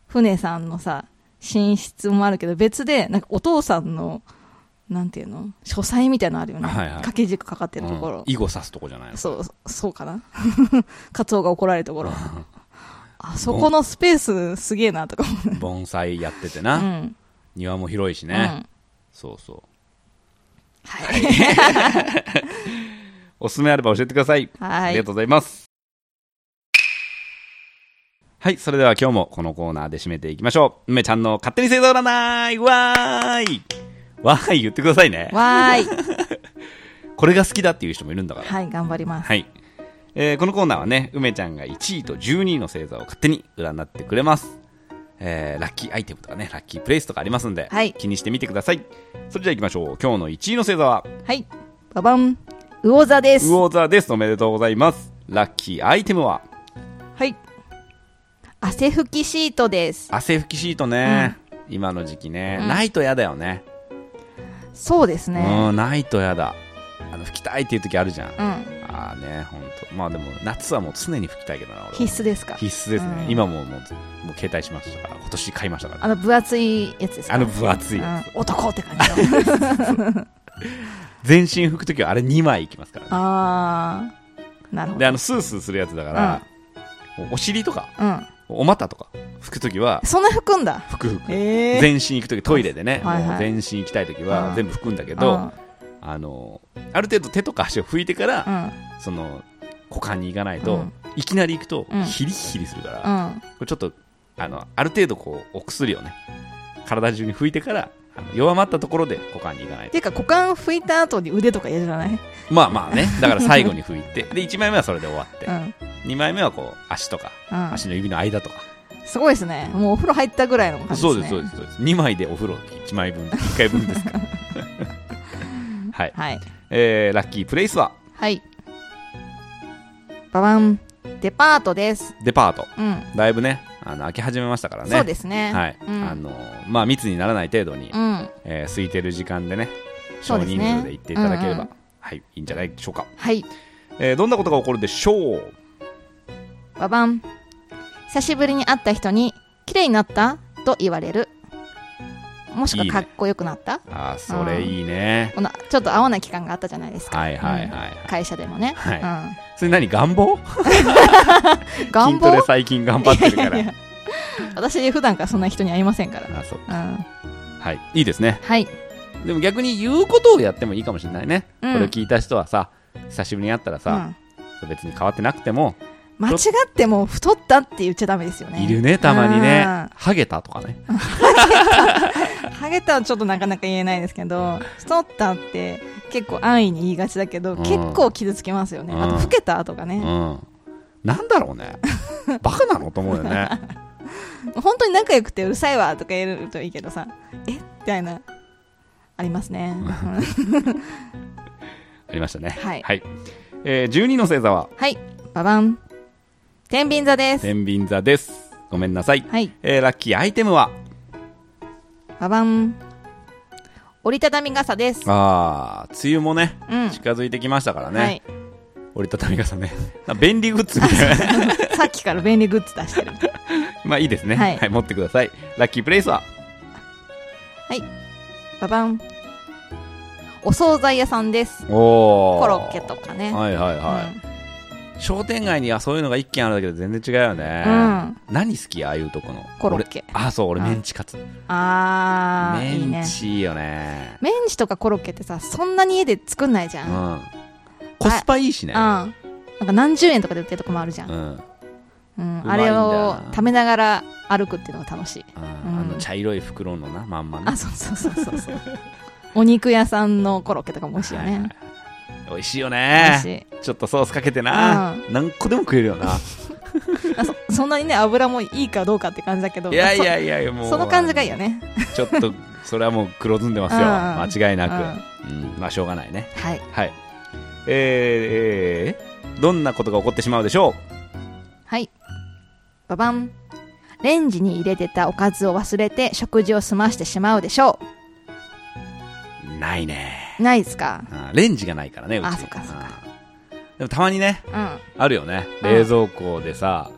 Speaker 2: 船さんのさ寝室もあるけど別でなんかお父さんのなんていうの書斎みたいなのあるよね、
Speaker 1: はいはい
Speaker 2: 掛け軸かかってるところ
Speaker 1: うん、囲碁指すとこじゃないの
Speaker 2: そうそうかな カツオが怒られるところあそこのスペースすげえなとか思
Speaker 1: 盆栽やってて
Speaker 2: う、う
Speaker 1: な、
Speaker 2: ん
Speaker 1: 庭も広いし
Speaker 2: うん、
Speaker 1: ね、
Speaker 2: は
Speaker 1: そうそう
Speaker 2: い、
Speaker 1: おすすめあれば教えてください
Speaker 2: は
Speaker 1: あ
Speaker 2: い
Speaker 1: りがとうございます。はい、それでは今日もこのコーナーで締めていきましょう。梅ちゃんの勝手に星座占いわーいわーい言ってくださいね。
Speaker 2: わーい、
Speaker 1: これが好きだっていう人もいるんだから。
Speaker 2: はい、頑張ります
Speaker 1: はい。えーこのコーナーはね、梅ちゃんが1位と12位の星座を勝手に占ってくれます。えーラッキーアイテムとかね、ラッキープレイスとかありますんで、
Speaker 2: はい
Speaker 1: 気にしてみてください。それじゃあ行きましょう。今日の1位の星座は、
Speaker 2: はいババン魚座です
Speaker 1: 魚座です。おめでとうございます。ラッキーアイテムは、
Speaker 2: はい汗拭きシートです
Speaker 1: 汗拭きシートね、今の時期ね、
Speaker 2: うん
Speaker 1: ないと嫌だよね
Speaker 2: そうですね
Speaker 1: うんないと嫌だあの拭きたいっていう時あるじゃん、
Speaker 2: うん
Speaker 1: ああね本当。まあでも夏はもう常に拭きたいけどな俺は
Speaker 2: 必須ですか
Speaker 1: 必須ですね、
Speaker 2: うん
Speaker 1: 今もうもうずもう携帯しましたから今年買いましたから
Speaker 2: あの分厚いやつですか
Speaker 1: あの分厚いやつ
Speaker 2: うん男って感じ の
Speaker 1: 全身拭く時はあれ2枚いきますからね
Speaker 2: ああなるほ
Speaker 1: で
Speaker 2: ど
Speaker 1: あのスースーするやつだから、おお尻とか
Speaker 2: うん
Speaker 1: お股とか拭く時は
Speaker 2: そんな拭くんだ
Speaker 1: 拭く拭く、
Speaker 2: え
Speaker 1: 全身行く時トイレでね、
Speaker 2: はいはい
Speaker 1: もう全身行きたい時
Speaker 2: う
Speaker 1: は
Speaker 2: ん
Speaker 1: 全部拭くんだけ
Speaker 2: う
Speaker 1: ど、
Speaker 2: ん
Speaker 1: あのある程度手とか足を拭いてから、
Speaker 2: うん
Speaker 1: その股間に行かないと、
Speaker 2: うん
Speaker 1: いきなり行くと
Speaker 2: うん
Speaker 1: ヒリヒリするから、
Speaker 2: う
Speaker 1: こ
Speaker 2: ん
Speaker 1: れちょっとあのある程度こうお薬をね体中に拭いてからあの弱まったところで股間に行かないと
Speaker 2: ていうか股間拭いた後に腕とか嫌じゃない
Speaker 1: まあまあね だから最後に拭いてで1枚目はそれで終わって、
Speaker 2: うん
Speaker 1: 2枚目はこう足とか
Speaker 2: うん
Speaker 1: 足の指の間とか、
Speaker 2: すごいですねもうお風呂入ったぐらいの感じですね
Speaker 1: そうですそうですそうです2枚でお風呂1枚分1回分ですから はい、
Speaker 2: はい
Speaker 1: えー、ラッキープレイスは
Speaker 2: はいババンデパートです。
Speaker 1: デパート
Speaker 2: うん。
Speaker 1: だいぶねあの開き始めましたからね
Speaker 2: そうですね。
Speaker 1: はい
Speaker 2: うん
Speaker 1: あのまあ、密にならない程度に、
Speaker 2: うん。
Speaker 1: えー空いてる時間でね少
Speaker 2: そうです
Speaker 1: 人
Speaker 2: ね
Speaker 1: 数で行っていただければ、
Speaker 2: うんうん
Speaker 1: はい、いいんじゃないでしょうか、
Speaker 2: はい。
Speaker 1: えーどんなことが起こるでしょう
Speaker 2: ババン。久しぶりに会った人に、綺麗になったと言われる。もしくはい
Speaker 1: いね
Speaker 2: かっこよくなった
Speaker 1: あーそれいいね
Speaker 2: このちょっと合わない期間があったじゃないですか。
Speaker 1: はいはいはい、
Speaker 2: うん会社でもね。
Speaker 1: はい
Speaker 2: うん
Speaker 1: それ何願望
Speaker 2: 願
Speaker 1: 筋トレ
Speaker 2: 望
Speaker 1: 最近頑張ってるから
Speaker 2: いやいや私普段からそんな人に会いませんから。
Speaker 1: あそう
Speaker 2: うん。
Speaker 1: はいいいですね
Speaker 2: はい。
Speaker 1: でも逆に言うことをやってもいいかもしれないね、
Speaker 2: うん
Speaker 1: これを聞いた人はさ久しぶりに会ったらさ、別に変わってなくても、
Speaker 2: うん、間違っても太ったって言っちゃダメですよね。
Speaker 1: いるねたまにね
Speaker 2: うん
Speaker 1: ハゲたとかね
Speaker 2: ハゲたはちょっとなかなか言えないですけど、太ったって結構安易に言いがちだけど、
Speaker 1: うん
Speaker 2: 結構傷つきますよね。
Speaker 1: うん
Speaker 2: あと、老けたとか
Speaker 1: う
Speaker 2: ね。
Speaker 1: んなんだろうねバカなのと思 うよね
Speaker 2: 本当に仲良くてうるさいわとか言えるといいけどさ、えみたいな、ありますね。
Speaker 1: ありましたね
Speaker 2: はい
Speaker 1: えー、12の星座は
Speaker 2: はい、ババン。天秤座です。
Speaker 1: 天秤座ですごめんなさい、
Speaker 2: はい、
Speaker 1: えーラッキーアイテムは
Speaker 2: ババン。折りたたみ傘です。
Speaker 1: あー梅雨もね
Speaker 2: うん。
Speaker 1: 近づいてきましたからね、
Speaker 2: はい。
Speaker 1: 折りたたみ傘ねなんか便利グッズみたいな
Speaker 2: さっきから便利グッズ出してる。
Speaker 1: まあいいですね、は
Speaker 2: はいい
Speaker 1: 持ってくださいラッキープレイスは
Speaker 2: ババン。お惣菜屋さんです。
Speaker 1: おー
Speaker 2: コロッケとかね。
Speaker 1: はいはいはい、商店街にはそういうのが一軒あるだけで全然違うよね、
Speaker 2: うん
Speaker 1: 何好きああいうとこの
Speaker 2: コロッケ
Speaker 1: 俺あそう俺
Speaker 2: うん
Speaker 1: メンチカツ
Speaker 2: うん。あー、
Speaker 1: メ
Speaker 2: いい
Speaker 1: ン
Speaker 2: ね。
Speaker 1: チいいよね
Speaker 2: メンチとかコロッケってさそんなに家で作んないじゃ、
Speaker 1: うん
Speaker 2: うん、
Speaker 1: コスパいいしね
Speaker 2: なんか何十円とかで売ってるとこもあるじゃん、
Speaker 1: う
Speaker 2: うん
Speaker 1: んうまいんだ
Speaker 2: あれ
Speaker 1: よ
Speaker 2: を食べながら歩くっていうのが楽しい
Speaker 1: あ
Speaker 2: うん
Speaker 1: ーあの茶色い袋のなまんまね
Speaker 2: あそうそうそうそうそうお肉屋さんのコロッケとかも美味しいよ
Speaker 1: はいは
Speaker 2: ね、
Speaker 1: 美味しいよ
Speaker 2: 美味
Speaker 1: ね
Speaker 2: し
Speaker 1: ちょっとソースかけてな、何個でも食えるよな
Speaker 2: いあそそんなにね油もいいかどうかって感じだけど
Speaker 1: いやいやいやいやも
Speaker 2: そうその感じがいいよね
Speaker 1: ちょっとそれはもう黒ずんでますよ
Speaker 2: うん
Speaker 1: 間違いなく、うんまあしょうがないね
Speaker 2: はい
Speaker 1: はいえー、えーどんなことが起こってしまうでしょ
Speaker 2: はいババンレンジに入れてたおかずを忘れて食事を済ましてしまうでしょ
Speaker 1: うないね
Speaker 2: うないですか
Speaker 1: あーレンジがないからねうち
Speaker 2: あそっかそっか
Speaker 1: うんでもたまにね
Speaker 2: うん
Speaker 1: あるよね
Speaker 2: うん
Speaker 1: 冷蔵庫でさ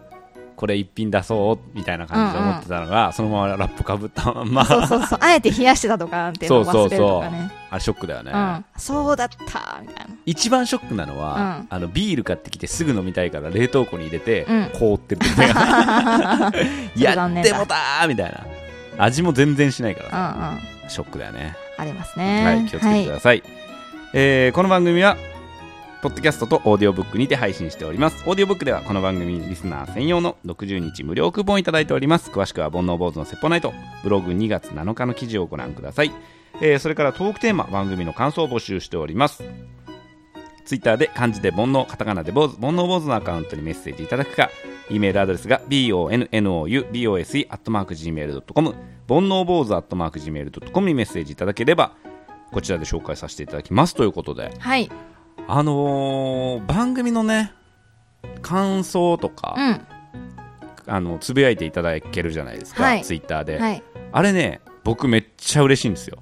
Speaker 1: これ一品出そうみたいな感じで思ってたのが、そのままラップかぶったまんま
Speaker 2: そうそうそうあえて冷やしてたとかっていうのを忘れるとかね
Speaker 1: あれショックだよね、
Speaker 2: うん、そうだったみたいな
Speaker 1: 一番ショックなのは、あのビール買ってきてすぐ飲みたいから冷凍庫に入れて、
Speaker 2: うん
Speaker 1: 凍ってる時 が
Speaker 2: それ
Speaker 1: や
Speaker 2: 残
Speaker 1: っ
Speaker 2: 念
Speaker 1: て
Speaker 2: だ
Speaker 1: もたーみたいな味も全然しないから、
Speaker 2: うんうん
Speaker 1: ショックだよね、
Speaker 2: ありますね
Speaker 1: はい気をつけてください、えーこの番組はポッドキャストとオーディオブックにて配信しておりますオーディオブックではこの番組リスナー専用の60日無料クーポンをいただいております詳しくは煩悩坊主の説法ナイトブログ2月7日の記事をご覧ください、えーそれからトークテーマ番組の感想を募集しておりますツイッターで漢字で煩悩、カタカナで坊主、煩悩坊主のアカウントにメッセージいただくか、e メールアドレスが bonoubose.gmail.com、煩悩坊主 .gmail.com にメッセージいただければ、こちらで紹介させていただきますということで、
Speaker 2: はい、
Speaker 1: あのー番組のね、感想とか、
Speaker 2: うん
Speaker 1: あのつぶやいていただけるじゃないですか、
Speaker 2: はい
Speaker 1: ツイッターで、
Speaker 2: はい
Speaker 1: あれね、僕めっちゃ嬉しいんですよ。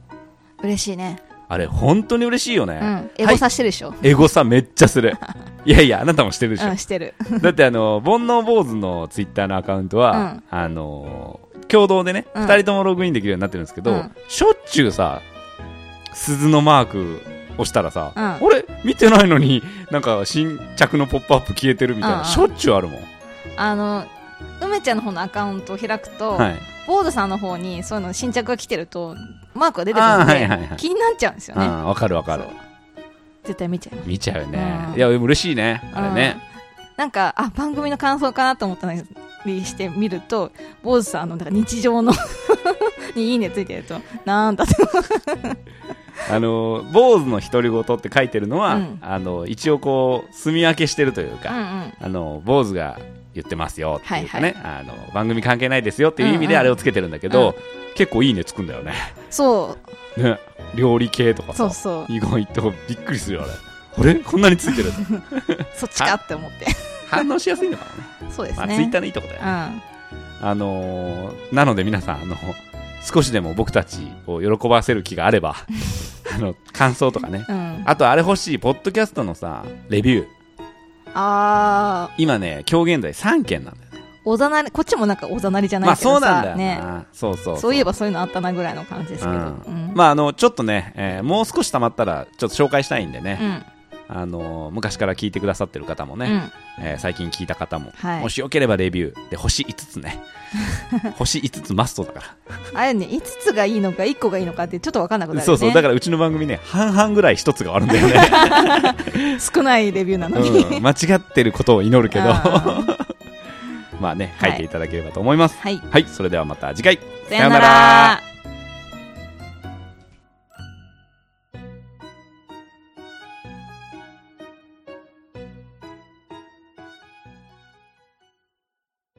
Speaker 2: 嬉しいね、
Speaker 1: あれ、本当に嬉しいよね。
Speaker 2: うん、エ
Speaker 1: は
Speaker 2: ゴ
Speaker 1: い
Speaker 2: さしてるでしょ、
Speaker 1: エゴさめっちゃ する。いやいや、あなたもしてるでしょ。
Speaker 2: うんしてる
Speaker 1: だってあの、煩悩坊主のツイッターのアカウントは、あの、共同でね、
Speaker 2: うん
Speaker 1: 二、人ともログインできるようになってるんですけど、
Speaker 2: うん
Speaker 1: しょっちゅうさ、鈴のマーク押したらさ、
Speaker 2: うん
Speaker 1: 俺見てないのに、なんか新着のポップアップ消えてるみたいな、
Speaker 2: うん
Speaker 1: しょっちゅうあるもん。
Speaker 2: あの梅ちゃんの方のアカウントを開くと、
Speaker 1: はい。
Speaker 2: ボードさんの方にそういうの新着が来てるとマークが出てくる
Speaker 1: あ
Speaker 2: の
Speaker 1: ー
Speaker 2: で、
Speaker 1: はいはいはい
Speaker 2: 気になっちゃうんですよ
Speaker 1: う
Speaker 2: ね、
Speaker 1: ん、わかるわかる
Speaker 2: そ。う絶対見ちゃいます
Speaker 1: 見ちゃうよね。
Speaker 2: うん
Speaker 1: いや、でも嬉しいね、あれね。
Speaker 2: なんかあ番組の感想かなと思ったりしてみると坊主さんのなんか日常の に「いいね」ついてるとなんだって
Speaker 1: あの、坊主の独り言って書いてるのは、
Speaker 2: うん
Speaker 1: あの、一応こう、住み分けしてるというか、
Speaker 2: うんうん
Speaker 1: あの坊主が言ってますよっていうかね、
Speaker 2: は
Speaker 1: あの番組関係ないですよっていう意味
Speaker 2: うんう
Speaker 1: で
Speaker 2: ん
Speaker 1: あれをつけてるんだけど、結構いいねつくんだよね
Speaker 2: そ
Speaker 1: ね料理系とか
Speaker 2: うそ
Speaker 1: さ
Speaker 2: うそう
Speaker 1: 意外とびっくりするよあれあれこんなについてる
Speaker 2: そっちかって思って
Speaker 1: 反応しやすいのかもね
Speaker 2: そうです
Speaker 1: ま
Speaker 2: ね、
Speaker 1: あ、ツイッターのいいとこだよね、あのーなので皆さんあの少しでも僕たちを喜ばせる気があ ればあの感想とかね
Speaker 2: うん、うん、あ
Speaker 1: あとあれ欲しいポッドキャストのさレビュー
Speaker 2: あ
Speaker 1: 今ね今日現在3件なんだよね
Speaker 2: ーおざなりこっちもなんかおざなりじゃな
Speaker 1: まあ
Speaker 2: いけど
Speaker 1: そ
Speaker 2: さ、
Speaker 1: うなんだよな、
Speaker 2: ね
Speaker 1: そうそう
Speaker 2: そういえばそういうのあったなぐらいの感じですけど、
Speaker 1: うん
Speaker 2: うん
Speaker 1: まああのちょっとね、えーもう少し溜まったらちょっと紹介したいんで
Speaker 2: う
Speaker 1: ね、
Speaker 2: ん
Speaker 1: あのー昔から聞いてくださってる方も
Speaker 2: う
Speaker 1: ね、
Speaker 2: ん
Speaker 1: えー最近聞いた方も、
Speaker 2: はい
Speaker 1: もしよければレビューで星5つ ね星5つマストだか
Speaker 2: あれね5つがいいのか1個がいいのかってちょっと分かんなく
Speaker 1: ら、
Speaker 2: なるよね
Speaker 1: そうそうだからうちの番組ね半々ぐらい1つがあるんだよね
Speaker 2: 少ないレビューなのに、
Speaker 1: うん、間違ってることを祈るけど
Speaker 2: あ
Speaker 1: まあね
Speaker 2: は
Speaker 1: 書
Speaker 2: い
Speaker 1: いていただければと思います
Speaker 2: はい
Speaker 1: はい、それではまた次回
Speaker 2: さよなら